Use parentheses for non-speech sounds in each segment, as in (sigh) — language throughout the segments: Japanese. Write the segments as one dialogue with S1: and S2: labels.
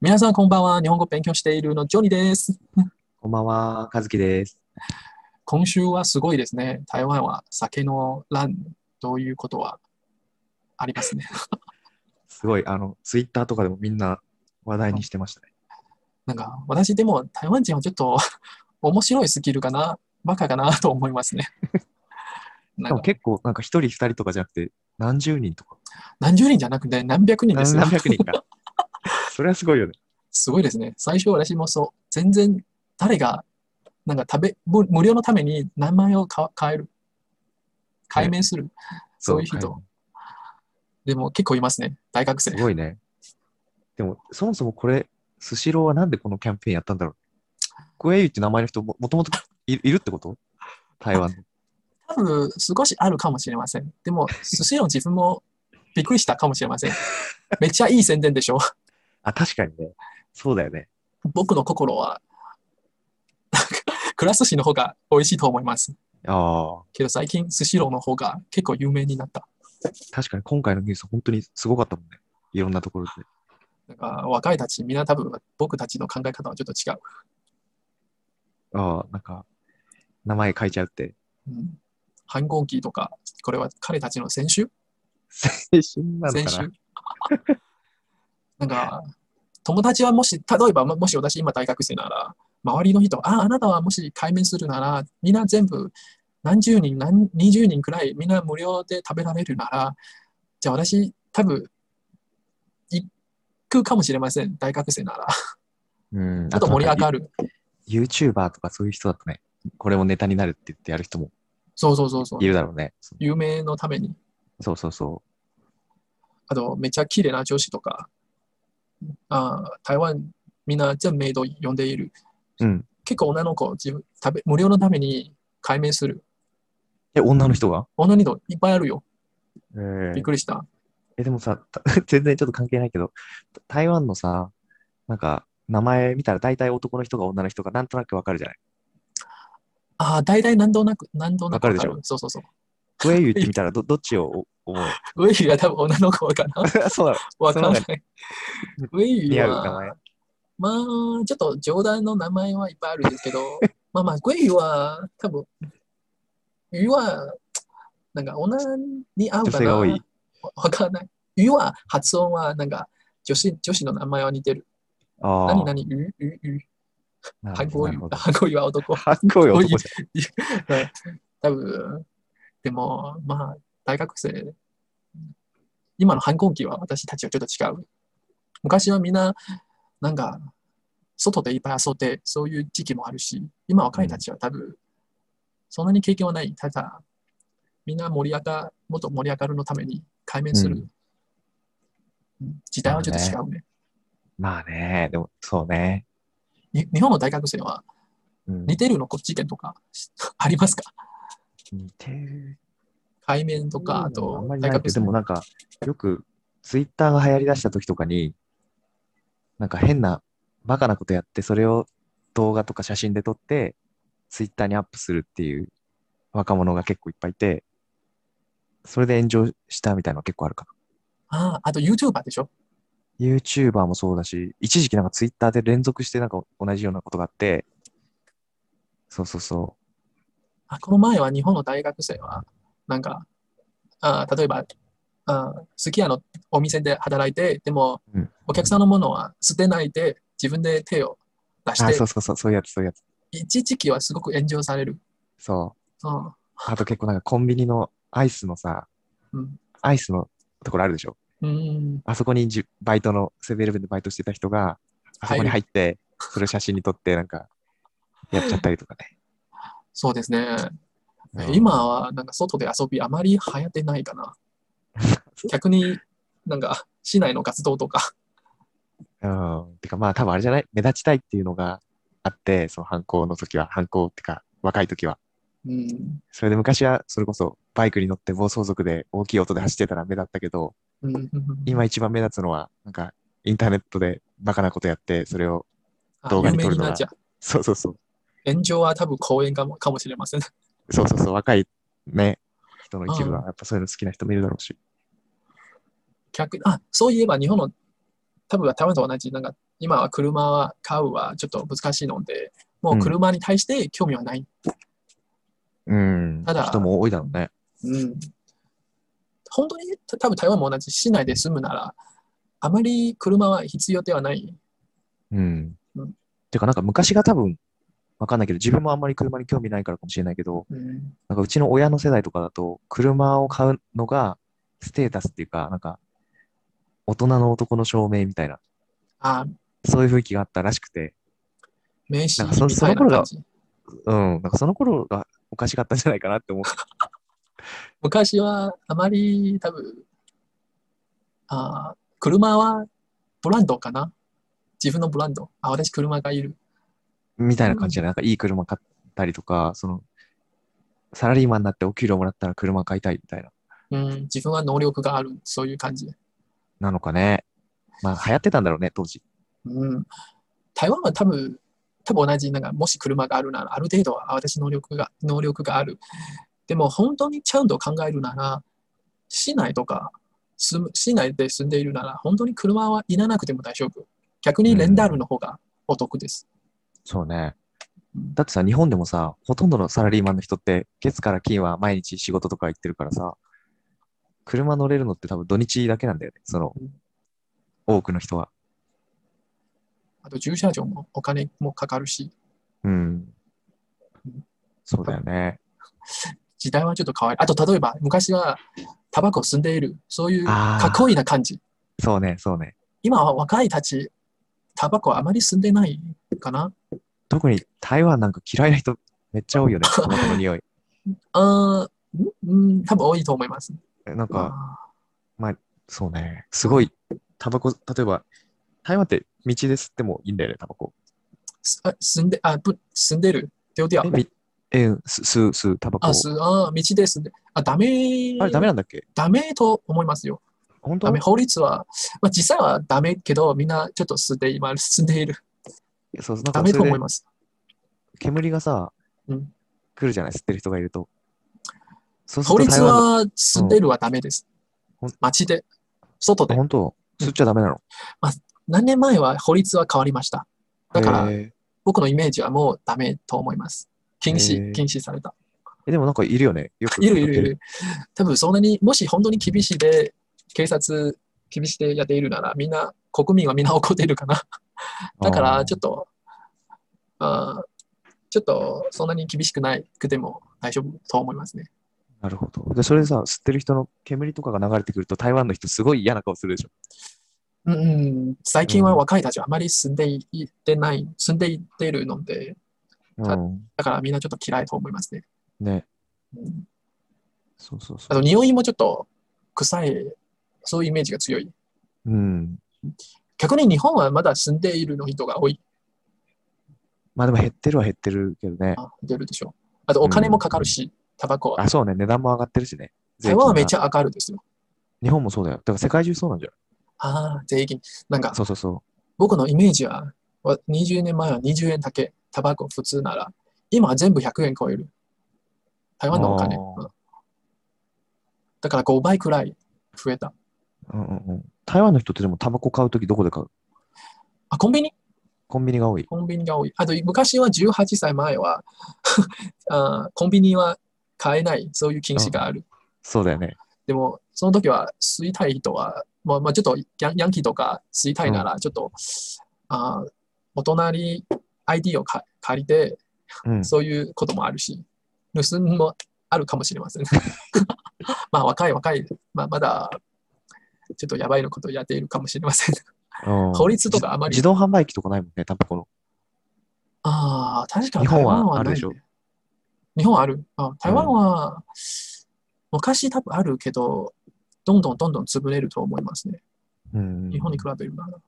S1: 皆さんこんばんは。日本語勉強しているのジョニーです。
S2: こんばんは、和樹です。
S1: 今週はすごいですね。台湾は酒の乱ということはありますね。 (laughs)
S2: すごい、あの、ツイッターとかでもみんな話題にしてましたね。
S1: なんか私でも台湾人はちょっと (laughs) 面白いスキルかな、バカかなと思います
S2: (laughs)
S1: ね。
S2: し
S1: な
S2: か
S1: ん
S2: も
S1: か
S2: 結構、なんか一人二人とかじゃなくて、何十人とか、
S1: 何十人じゃなくて何百人で
S2: 何
S1: すよ
S2: 何。百人か。 (laughs) それはすごいよね。
S1: (laughs) すごいですね。最初私もそう、全然誰が、なんか食べ、無無料のために名前をか変える。改名する。そういう人
S2: は
S1: でも結構いますね。大学生
S2: す。ごいね。でも、そもそもこれ、スシローはなんでこのキャンペーンやったんだろう。クエイユって名前の人も、もともといいるってこと台湾の。
S1: 多分少しあるかもしれません。でも、寿司の自分もびっくりしたかもしれません。めっちゃいい宣伝でしょ。
S2: あ、確かにね。そうだよね。
S1: 僕の心は、なんか、くら寿司の方が美味しいと思います。
S2: ああ、
S1: けど最近、スシローの方が結構有名になった。
S2: 確かに今回のニュース、本当にすごかったもんね。いろんなところで。
S1: なんか、若いたち、みんな多分僕たちの考え方はちょっと違う。
S2: ああ、なんか、名前変えちゃうって。
S1: うん、反抗期とか、これは彼たちの先週
S2: 青春なの
S1: 先
S2: かな
S1: 週なんか、友達はもし、例えば、ももし私今大学生なら、周りの人、あ、あなたはもし対面するなら、みんな全部、何十人、何、二十人くらい、みんな無料で食べられるなら、じゃあ私、多分、行くかもしれません。大学生なら。ち
S2: うん。
S1: ょっと盛り上
S2: る。
S1: がる。
S2: YouTuber とかそういう人だとね、これもネタになるって言ってやる人も
S1: そうそうそうそう
S2: い。るだろうね。そ
S1: 有名のために。
S2: そうそうそ
S1: あと、めっちゃ綺麗な女子とか、あ台湾、みんな全メイド呼んでいる。
S2: う。うん。
S1: 結構女の子自分食べ、無料のために解明する。
S2: え、女の人が
S1: 女の子いっぱいあるよ。
S2: え
S1: びっくりした。
S2: え、でもさ、た (laughs) 全然ちょっと関係ないけど、た台湾のさ、なんか、名前見たら大体男の人が女の人がなんとなくわかるじゃない。
S1: ああ、大体何となく、何となく
S2: わかるでしょ
S1: そうそうそう。
S2: クエユって見たらど、 (laughs) どっちをお思う (laughs)
S1: ウェイユは多分女の子かな
S2: そうだろ。
S1: わからな
S2: そ
S1: い。ウェイ
S2: 似
S1: ユ
S2: 合う名
S1: は
S2: 前、。
S1: まあ、ちょっと冗談の名前はいっぱいあるんですけど、
S2: (laughs)
S1: まあまあ、ウェイユは多分、ユは、なんか女に合う
S2: 女
S1: か
S2: 性
S1: な
S2: が多
S1: わ
S2: い。
S1: わからない。ユは発音はなんか女子、女子の名前は似てる。
S2: あ
S1: 何
S2: あ。
S1: 々、ユ、ユ、ユ。
S2: な
S1: ハ
S2: る
S1: ン
S2: ほど
S1: ゴ
S2: な
S1: イ
S2: るほど。
S1: ハンゴイは男。
S2: 反抗よ、男じ
S1: はい多分、でも、まあ、大学生、今の反抗期は私たちはちょっと違う。昔はみんな、なんか、外でいっぱい遊んで、そういう時期もあるし、今若いたちは多分、そんなに経験はない。ただ、みんな盛り上が、もっと盛り上がるのために解明する。
S2: うん
S1: うん時代はちょっと違うね。 (laughs)
S2: ゃん。まあね、でも、そうね。
S1: に日本の大学生は
S2: うん
S1: 似てるのこ事件とか (laughs) ありますか
S2: 似てる。
S1: 海面とか、
S2: うん
S1: あと
S2: あんまり
S1: 大
S2: ない
S1: 学
S2: けど、
S1: 生
S2: でもなんか、よく、ツイッターが流行り出した時とかに、なんか変な、バカなことやって、それを動画とか写真で撮って、ツイッターにアップするっていう若者が結構いっぱいいて、それで炎上したみたいなの結構あるか
S1: ああ、あと YouTuber でしょ
S2: な。YouTuber もそうだし、一時期なんかツイッターで連続してなんか同じようなことがあって、そうそうそ
S1: あこの前は日本の大学生は、なんか、あ例えば、あすき家のお店で働いて、でも
S2: うん、
S1: お客さんのものは捨てないで、自分で手を出
S2: う。あ、
S1: し
S2: そ
S1: て
S2: う、そうそう、そういうやつ、そういうやつ。
S1: 一時期はすごく炎上される。
S2: そう。
S1: うん
S2: あと結構なんかコンビニのアイスのさ、
S1: うん
S2: アイスのところあるでしょ
S1: うん、
S2: あそこにじバイトの、セブンイレブンでバイトしてた人が、あそこに入って、それを写真に撮って、なんか、やっちゃったりとか
S1: (laughs) そうですね。
S2: ね。
S1: 今は、なんか外で遊びあまり流行ってないか
S2: (laughs)
S1: な。逆になんか、市内の活動とか、
S2: うん。うん。てかまあ多分あれじゃない目立ちたいっていうのがあって、その犯行の時は、犯行ってか、若い時は。
S1: うん、
S2: それで昔は、それこそ、バイクに乗って暴走族で大きい音で走ってたら目立ったけど、
S1: うんうんうん
S2: 今一番目立つのは、なんか、インターネットでバカなことやって、それを、
S1: あ
S2: 動画に撮
S1: 有名
S2: る
S1: に
S2: のが
S1: なっちゃう。
S2: そうそうそう、
S1: 炎上は多分公園かもかもしれません。 (laughs)
S2: そうそうそう、若いね、人の一部は、やっぱそういうの好きな人もいるだろうし。
S1: 逆にあそういえば日本の多分台湾と同じ、なんか今は車は買うはちょっと難しいので、もう車に対して興味はない。
S2: うん。
S1: ただ
S2: 人も多いだろうね。
S1: うん。本当にた多分台湾も同じ、市内で住むなら、あまり車は必要ではない。
S2: うん。
S1: うん
S2: てか、なんか昔が多分、わかんないけど、自分もあんまり車に興味ないからかもしれないけど、
S1: うん。
S2: なんかうちの親の世代とかだと、車を買うのがステータスっていうか、なんか、大人の男の証明みたいな、
S1: あ、
S2: そういう雰囲気があったらしくて、
S1: 名刺
S2: なんかそ
S1: みたいな感じ。
S2: うん、なんかその頃がおかしかったんじゃないかなって思う。
S1: 昔はあまり多分、あ車はブランドかな自分のブランド。あ、私車がいる。
S2: みたいな感じで、なんかいい車買ったりとか、その、サラリーマンになってお給料もらったら車買いたいみたいな、
S1: うん、自分は能力がある。そういう感じ。
S2: なのかね。まあ流行ってたんだろうね、当時。
S1: うん、台湾は多分、多分同じ、なんか、もし車があるなら、ある程度はあ私能力が、能力がある。でも、本当にちゃんと考えるなら、市内とか、住む市内で住んでいるなら、本当に車はいらなくても大丈夫。逆にレンタルの方がお得です。
S2: そうね。
S1: うん
S2: だってさ、日本でもさ、ほとんどのサラリーマンの人って、月から金は毎日仕事とか行ってるからさ、車乗れるのって多分土日だけなんだよね、その
S1: うん、
S2: 多くの人は。
S1: あと、駐車場もお金もかかるし、
S2: うん。そうだよね。
S1: 時代はちょっと変わり。あと、例えば、昔はタバコを吸んでいる、そういう
S2: あー
S1: かっこいいな感じ。
S2: そうね、そうね。
S1: 今は若いたち、タバコはあまり吸んでないかな。
S2: 特に台湾なんか嫌いな人めっちゃ多い
S1: (laughs)
S2: よね、タバコの匂い。
S1: あーんうん、多分多いと思います。
S2: なんか、
S1: あ
S2: そうね。すごい、タバコ、例えば、台湾って道で吸ってもいいんだよね、タバコ。
S1: すあ住んで、あ、ぶ住んでる。丢掉
S2: え、。みえー、す吸う、吸う、タバコ。
S1: あ、す、あ、道ですね。あ、ダメ。
S2: あれ、ダメなんだっけ
S1: ダメと思いますよ。
S2: 本
S1: ダ
S2: 当
S1: メ。法律は、まあ、実際はダメけど、みんなちょっと住んで今、住んでいる。
S2: そう、なん
S1: ダ
S2: か
S1: メ
S2: そ
S1: と
S2: れ
S1: 思
S2: で
S1: います。
S2: 煙がさ、
S1: うん
S2: 来るじゃない、吸ってる人がいると。そうす
S1: 法
S2: ると
S1: 律
S2: 台湾の、
S1: は、住んでるはダメです
S2: ほん。
S1: 街で、外で。
S2: 本当吸っちゃダメなの。
S1: 何年前は法律は変わりました。だから
S2: へー
S1: 僕のイメージはもうダメと思います。禁
S2: へー
S1: 止、禁止された。
S2: え、でもなんかいるよね。よく。
S1: いるいるい。
S2: (laughs)
S1: る。多分そんなに、もし本当に厳しいで、警察厳しいでやっているなら、みんな、国民はみんな怒っているかな。だか
S2: あ
S1: ら、
S2: ー
S1: ちょっと、あーちょっと、そんなに厳しくなくても大丈夫と思いますね。
S2: なるほど。で、それでさ、吸ってる人の煙とかが流れてくると、台湾の人すごい嫌な顔するでしょ。
S1: うんうん、最近は
S2: うん
S1: 若いたちはあまり住んでいってない、住んでいっているので、
S2: う
S1: あ
S2: ん。
S1: だからみんなちょっと嫌いと思いますね。
S2: ね。
S1: うん
S2: そうそうそ
S1: あと、匂いもちょっと臭い、そういうイメージが強い。
S2: う。うん。
S1: 逆に日本はまだ住んでいるの人が多い。
S2: まあでも減ってるは減ってるけどね。
S1: あ出るでしょ。あとお金もかかるし、タバコは。
S2: あ、そうね。値段も上がってるしね。
S1: 台湾はめっち
S2: ゃ。
S1: ゃ上がるですよ。
S2: 日本もそうだよ。だから世界中そうなんじゃ
S1: ああ、税金。なんか
S2: ん。そうそうそ
S1: 僕のイメージは、わ20年前は20円だけ、タバコ普通なら、今は全部100円超える。台湾のお金。
S2: あー
S1: うんだから5倍くらい増えた。
S2: う。うんうんうん。台湾の人ってでもタバコ買うときどこで買う
S1: あ、コンビニ
S2: コンビニが多い。
S1: コンビニが多い。あと昔は18歳前は (laughs) あー、コンビニは買えない、そういう禁止がある。
S2: そうだよね。
S1: でも、その時は吸いたい人は、まあ、まあちょっとヤンヤンキーとか吸いたいなら、ちょっと、あーお隣 ID をか借りて、
S2: うん。
S1: そういうこともあるし、盗みもあるかもしれません。 (laughs) まあ、若い若い、まあ、まだ、ちょっとやばいのことやっているかもしれません。
S2: うん
S1: 法律とかあまり
S2: 自。動販売機とかないもんね、タバコの。
S1: ああ、確か
S2: 日
S1: に
S2: 本
S1: 台
S2: は
S1: 湾は
S2: ある
S1: ない
S2: でしょ
S1: ね。日本はある。あ台湾は、昔多分あるけど、どんどんどんどん潰れると思いますね。
S2: うん。
S1: 日本に比べるなら。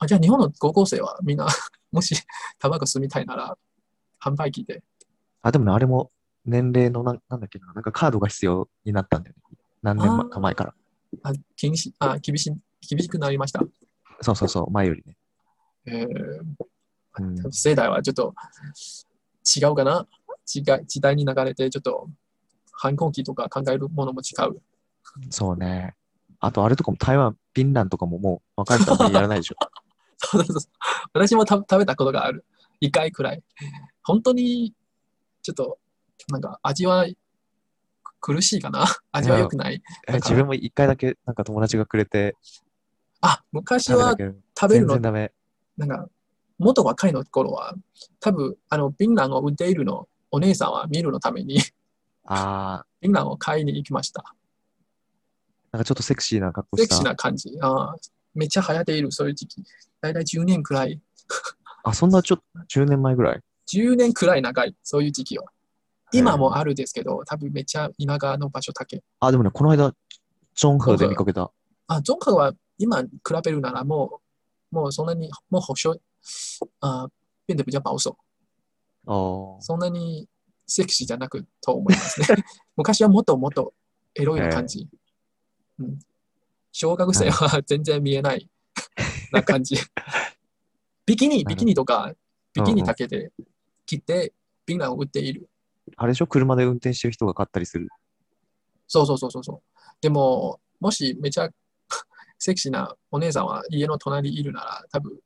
S1: あじゃあ日本の高校生はみんな、 (laughs) もしタバコ吸みたいなら、販売機で。
S2: あ、でもね、あれも年齢のなん、なんだっけな、なんかカードが必要になったんだよね。何年
S1: あ
S2: ま
S1: ー
S2: か前から。
S1: あ禁止あ厳しい厳しくなりました。
S2: そうそうそう、前よりね。
S1: えー
S2: うん、
S1: 世代はちょっと違うかな時代時代に流れて、ちょっと反抗期とか考えるものも違う。 (laughs)
S2: そうね。あとあれとかも台湾、フィンランドとかももう別れたらやらない
S1: (laughs)
S2: でしょ。
S1: そうそうそう。私もた食べたことがある。一回くらい。本当に、ちょっと、なんか味はく苦しいかな。 (laughs) 味は良くない。
S2: え
S1: なんか
S2: 自分も一回だけなんか友達がくれて
S1: あ、昔
S2: 食べた
S1: は
S2: けど、
S1: 食べる
S2: 全
S1: の
S2: 然、ダメ。
S1: なんか、元若いの頃は、多分、あの、ビンランを売っているの、お姉さんは見るのために、
S2: ああ、
S1: ビンランを買いに行きました。
S2: なんかちょっとセクシーな格好
S1: セ
S2: し
S1: クシー
S2: た。
S1: な感じ。あーめっちゃ流行っている、そういう時期。だいたい10年くらい、
S2: あ、そんなちょっと10年前ぐらい。
S1: 10年くらい長い、そういう時期は。今もあるですけど、多分めっちゃ田舎の場所だけ。
S2: あ、でもね、この間、チョンハーで見かけた。
S1: あ、ジョンカは今比べるならもう、もうそんなに、もう保証、あー变得比较保守。
S2: あー
S1: そんなにセクシーじゃなくと思いますね。昔はもっともっとエロいな感じ。うん、小学生は全然見えないな感じ。ビキニ、
S2: なる
S1: ビキニとか、ビキニだけで着て、ビンランを売っている。
S2: あれでしょ車で運転してる人が買ったりする。
S1: そうそうそうそうそう。でも、もしめちゃ (laughs) セクシーなお姉さんは家の隣にいるなら、多分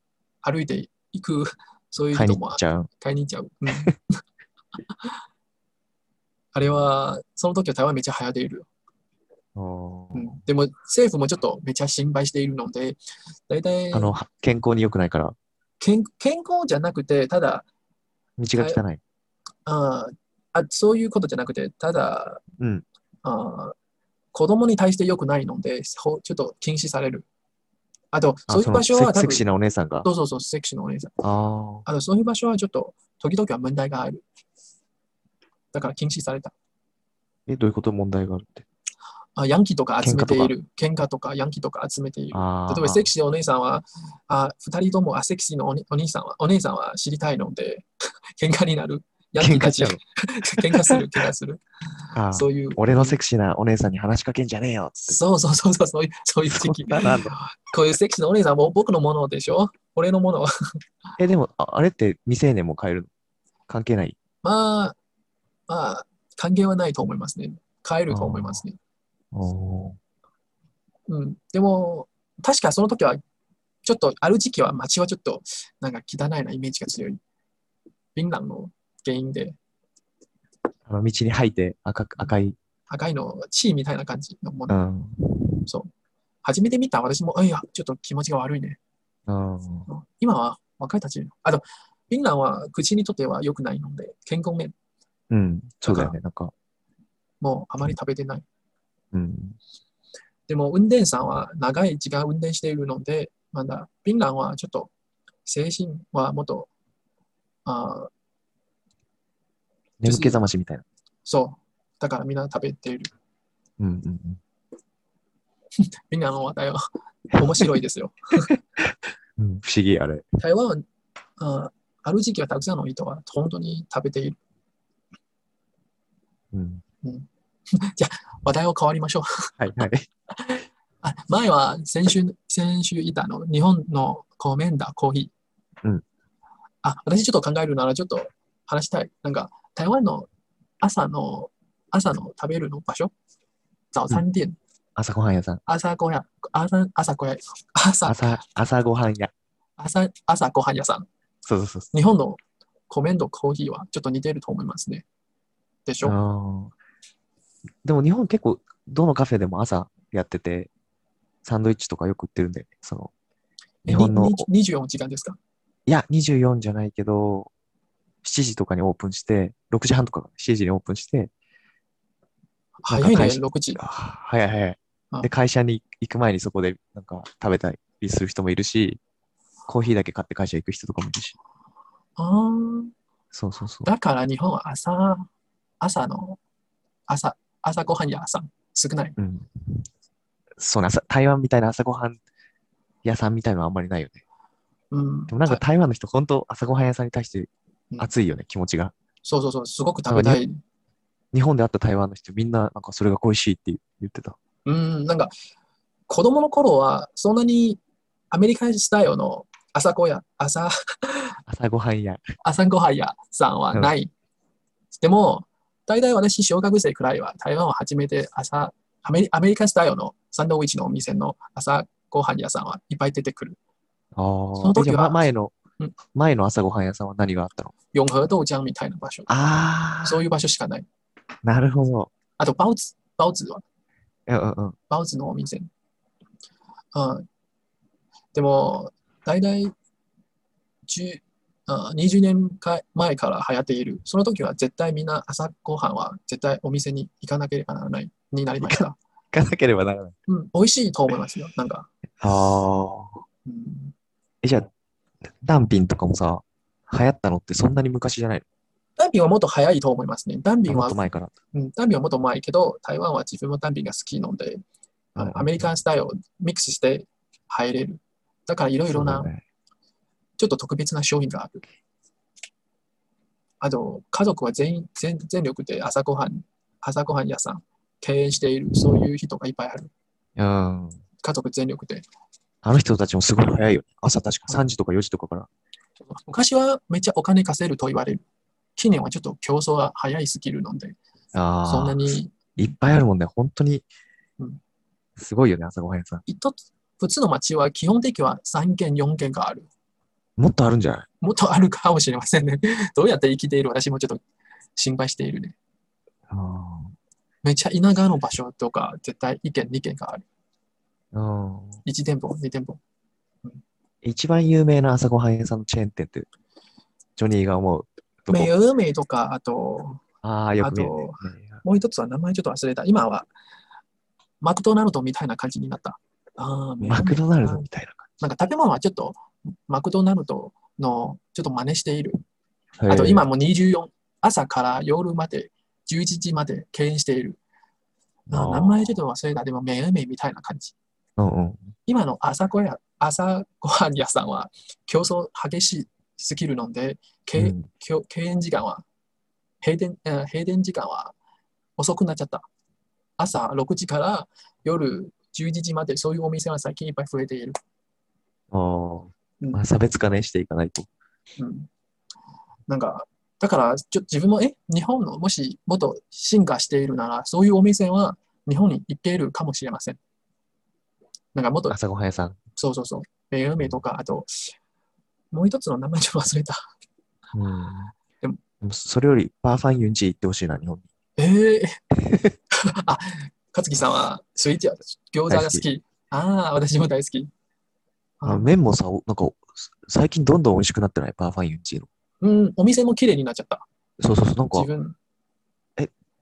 S1: 歩いていく、そういう
S2: 買い
S1: 人
S2: に
S1: も
S2: 行っちゃう。
S1: 買いに行っちゃう。うん (laughs) あれは、その時は台湾めっちゃ流行っている。
S2: あー
S1: うん、でも、政府もちょっとめっちゃ心配しているので、大体
S2: あの、健康に良くないから、
S1: 健、健康じゃなくて、ただ
S2: 道が汚い。
S1: あーあ、そういうことじゃなくて、ただ、
S2: うん。
S1: あー子供に対して良くないので、ほちょっと禁止される。あと、
S2: あ
S1: そういう場所は
S2: セ
S1: 多
S2: セ
S1: 分
S2: ク、シーなお姉さんが。
S1: そうそうそう、セクシーのお姉さん。
S2: ああ。
S1: あと、そういう場所はちょっと、時々は問題がある。だから禁止された。
S2: え、どういうこと問題があるって。
S1: あヤンキーとか集めている。喧嘩とか、ヤンキーとか集めている。
S2: ああ。
S1: 例えば、セクシーのお姉さんは、あ二人ともあセクシーのお,、お兄さんは、お姉さんは知りたいので、 (laughs) 喧嘩になる。ヤンキーたち
S2: 喧嘩し
S1: (laughs) 喧嘩する、喧嘩する。
S2: (laughs) あー
S1: そういう。
S2: 俺のセクシーなお姉さんに話しかけんじゃねえよっつっ
S1: そうそうそうそう、そういう、そういう
S2: て。
S1: 時期。
S2: そんなの
S1: こういうセクシーのお姉さんも僕のものでしょ俺のものは。
S2: (laughs) え、でも、ああれって未成年も買えるの関係ない。
S1: まあ、まあ、関係はないと思いますね。変えると思いますね。
S2: おー
S1: うん。でも、確かその時は、ちょっと、ある時期は街はちょっと、なんか汚いなイメージが強い。ビンランの原因で、
S2: あの道に吐いて赤く、赤い。
S1: 赤いの、チーみたいな感じのも
S2: う
S1: の。
S2: ん。
S1: そう。初めて見た私も、あいや、ちょっと気持ちが悪いね。
S2: うん。
S1: うん今は若いたち、あと、ビンランは口にとっては良くないので、健康面
S2: うん。そうだよね。なんか、
S1: もあまり食べてない。
S2: うん。
S1: でも、運転さんは長い時間運転しているので、まだ、ビンランはちょっと、精神はもっと、あー
S2: 眠気覚ましみたいな。
S1: そう。だからみんな食べている。
S2: うんうんうん。
S1: ビンランの話題は (laughs) 面白いですよ。
S2: うん、不思議、あれ。
S1: 台湾はあー、ある時期はたくさんの人は本当に食べている。
S2: うん。
S1: 話題を変わりましょう。
S2: はいはい。
S1: あ前は先週、先週いたの、日本のコメンダーコーヒー。
S2: うん
S1: あ、私ちょっと考えるならちょっと話したい。なんか、台湾の朝の、朝の食べるの場所早餐店、
S2: 朝ごはん屋さん。
S1: 朝ごはん、朝、朝ごはん、朝、
S2: 朝、朝ごはん屋。
S1: 朝、朝ごはん屋さん。
S2: そうそうそうそ
S1: 日本のコメンドコーヒーはちょっと似てると思いますね。でし
S2: う。
S1: ょ
S2: あーでも日本結構、どのカフェでも朝やってて、サンドイッチとかよく売ってるんで、その、
S1: え
S2: 日本の、
S1: に
S2: い
S1: に24時間ですか
S2: や、24じゃないけど、7時とかにオープンして、6時半とか7時にオープンして、な
S1: 早
S2: んか
S1: いね、
S2: 会社
S1: 6時。
S2: あー早い早い
S1: あ。
S2: で、会社に行く前にそこでなんか食べたりする人もいるし、コーヒーだけ買って会社行く人とかもいるし。
S1: あー
S2: そうそうそう。
S1: だから日本は朝、朝の、朝、朝ごはんや朝、少ない。
S2: うん。そうね、朝台湾みたいな朝ごはん屋さんみたいのはあんまりないよね。
S1: うん。
S2: でもなんか
S1: た
S2: 台湾の人、本当朝ごはん屋さんに対して熱いよね、気持ちが。
S1: そうそうそう、すごく食べたい。
S2: 日本で会った台湾の人、みんななんかそれが恋しいって言ってた。
S1: うん、なんか、子供の頃は、そんなにアメリカンスタイルの朝ごや、朝、 (laughs)
S2: 朝ごはん屋。
S1: 朝ごはんやさんはない。でも、大体私、小学生くらいは、台湾を初めて朝、アメリアメリカンスタイルのサンドイッチのお店の朝ごはん屋さんはいっぱい出てくる。
S2: あ
S1: の
S2: あ。
S1: 時は
S2: じゃあま前の
S1: うん、
S2: 前の朝ごはん屋さんは何があったの
S1: 永和豆浆みたいな場所。
S2: あ
S1: そ
S2: あ。
S1: ういう場所しかない。
S2: なるほど。
S1: あと、バウツ、バウツは、
S2: うんうんうん。
S1: バウツのお店。うん、でも、大体10あ20年か前から流行っている。その時は絶対みんな朝ごはんは絶対お店に行かなければならない、になりました。
S2: 行かなければならない。
S1: うん、美味しいと思いますよ。なんか、
S2: ああ。
S1: うん、
S2: え、じゃあ、単品とかもさ、流行ったのってそんなに昔じゃないの
S1: ダンビンはもっと早いと思いますね。ダンビン
S2: もっ
S1: は
S2: と、前から。
S1: うん、ダンビンはもっと前けど、台湾は自分もダンビンが好きなので、あのアメリカンスタイルをミックスして入れる。だからいろいろな、
S2: そうだね
S1: ちょっと特別な商品がある。あと、家族は全員全全力で朝ごはん、朝ごはん屋さん、経営している、そういう人がいっぱいある。
S2: うん。
S1: 家族全力で。
S2: あの人たちもすごい早いよね。朝確か3時とか4時とかから。
S1: 昔はめっちゃお金稼げると言われる。近年はちょっと競争が早いすぎるので、
S2: ああ。
S1: そんな。に
S2: いっぱいあるもんね。本当に
S1: うん。
S2: すごいよね、朝ごはん屋さん。
S1: 一つ、普通の町は基本的には3軒、4軒がある。
S2: もっとあるんじゃない
S1: もっとあるかもしれませんね。 (laughs) どうやって生きている私もちょっと心配しているね。
S2: あ
S1: めっちゃ田舎の場所とか、絶対1軒、2軒がある。
S2: あ。うん。
S1: 1店舗、2店舗。
S2: 一番有名な朝ごはん屋さんのチェーン店って、ジョニーが思うとこ。
S1: メ有名とか、あと、
S2: ああ、よく見えるね、
S1: もう一つは名前ちょっと忘れた。今は、マクドナルドみたいな感じになった。あー
S2: マクドナル
S1: メ
S2: ド
S1: イウェイ
S2: みたいな感
S1: なんか食べ物はちょっと、マクドナルドのちょっと真似している。
S2: じ。
S1: あと
S2: へえ
S1: 今、もう24、朝から夜まで、11時まで経営している。あー
S2: あー
S1: 名前ちょっと忘れた。でも、メ有名みたいな感じ。
S2: うんうん。
S1: 今の朝ごや朝ごはん屋さんは競争激しすぎるので、経営
S2: うん
S1: きょ敬遠時間は閉店、えー閉店時間は遅くなっちゃった。朝6時から夜11時までそういうお店は最近いっぱい増えている。う
S2: ああ。
S1: ん
S2: まあ、差別化ね、していかないと。
S1: うん、なんか、だからちょ自分も、え、日本のもしもっと進化しているなら、そういうお店は日本に行けるかもしれません。なんかもっと、
S2: 朝ごはん屋さん。
S1: そうそうそう、メ名とか、あと、もう一つの名前ちょっと忘れた。
S2: うん。
S1: でも
S2: でもそれより、パーファンユンジー行ってほしいな、日本に。
S1: ええ (laughs) あ、勝木さんはスイーツや餃子が好き。
S2: 大好
S1: ああ、私も大好き。
S2: あ
S1: あ
S2: 麺もさ、おなんか、最近どんどん美味しくなってない、パーファンユンジーの。
S1: うん、お店も綺麗になっちゃった。
S2: そうそうそう、なん
S1: 自
S2: か、
S1: 分、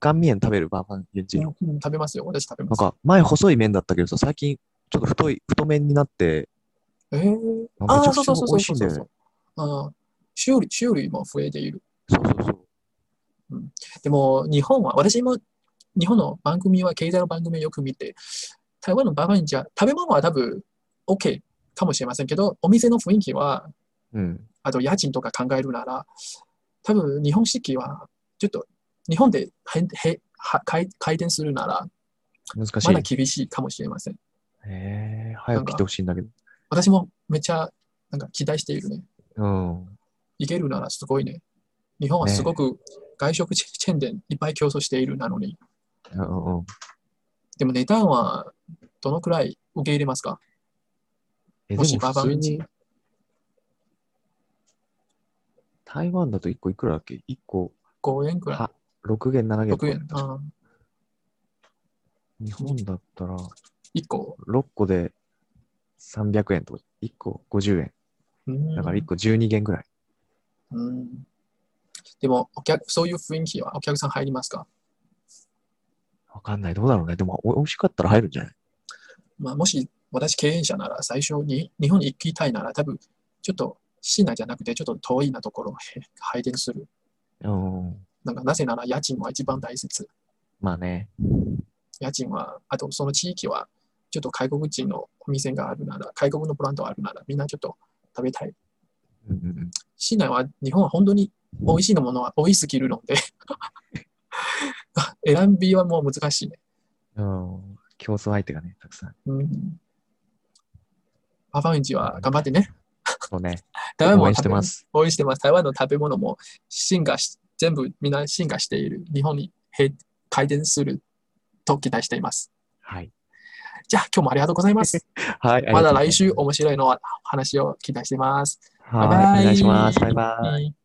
S2: 乾麺食べる、パーファンユンジーの。
S1: うん食べますよ。私食べ
S2: な
S1: ま
S2: ん
S1: す。
S2: か、前細い麺だったけどさ、最近、ちょっと太い、太麺になって、
S1: えー、
S2: め
S1: あ
S2: ち
S1: あ、
S2: ゃく
S1: そう
S2: ち
S1: そ
S2: ゃ
S1: うそう
S2: 美
S1: そう
S2: 味しい
S1: そ
S2: ん
S1: う
S2: だ
S1: そう
S2: よね。
S1: ああ種類、種類も増えている。
S2: そうそうそう。
S1: うん、でも、日本は、私も日本の番組は経済の番組をよく見て、台湾のババンじゃ、食べ物は多分 OK かもしれませんけど、お店の雰囲気は
S2: うん。
S1: あと家賃とか考えるなら、多分日本式は、ちょっと日本でへんへは回回転するなら、
S2: 難し
S1: ま
S2: い
S1: だ。厳しいかもしれません。
S2: へえ、早く来てほしいんだけど。
S1: 私もめっちゃなんか期待しているね。
S2: うん。
S1: 行けるならすごいね。日本はすごく外食チェチェーンでいっぱい競争しているなのに。
S2: うんうんうん。
S1: でも値段はどのくらい受け入れますか
S2: え、
S1: もし
S2: でも
S1: ババ
S2: 普通
S1: ンジ、
S2: に台湾だと1個いくらだっけ ?1 個、
S1: 5円くら
S2: は、6元、7
S1: い。
S2: 元と
S1: 6
S2: かだっ
S1: 円。
S2: た。
S1: あ
S2: 日本だったら、
S1: 1個。
S2: 6個で300円とか、1個50円。
S1: うん
S2: だから1個12元ぐらい。
S1: うん、でもお客、そういう雰囲気はお客さん入りますか
S2: わかんない。どうだろうね。でも、お美味しかったら入るんじゃない
S1: まあ、もし私経営者なら最初に日本に行きたいなら多分ちょっと市内じゃなくてちょっと遠いなところへ (laughs) 配電する。
S2: うん。
S1: なんかなぜなら家賃は一番大切。
S2: まあね。
S1: 家賃は、あとその地域はちょっと外国人のお店があるなら、外国のブランドあるならみんなちょっと食べたい。
S2: うんうんうん。
S1: 市内は日本は本当に美味しいのものは美味しすぎるので (laughs) 選びはもう難しいね。
S2: うん、競争相手がね、たくさん。
S1: うん。パパウンジは頑張ってね。
S2: そうね。
S1: 台湾も
S2: 応援してま
S1: 食べ
S2: す。
S1: 応援してます。台湾の食べ物も進化し、全部みんな進化している。日本にへ回転すると期待しています。
S2: はい。
S1: じゃあ、 (laughs) 今日もありがとうございます。
S2: はい。
S1: まだ来週
S2: お
S1: 面白いの話を期待してます。
S2: はい。お願いします。バイバイ。
S1: イ。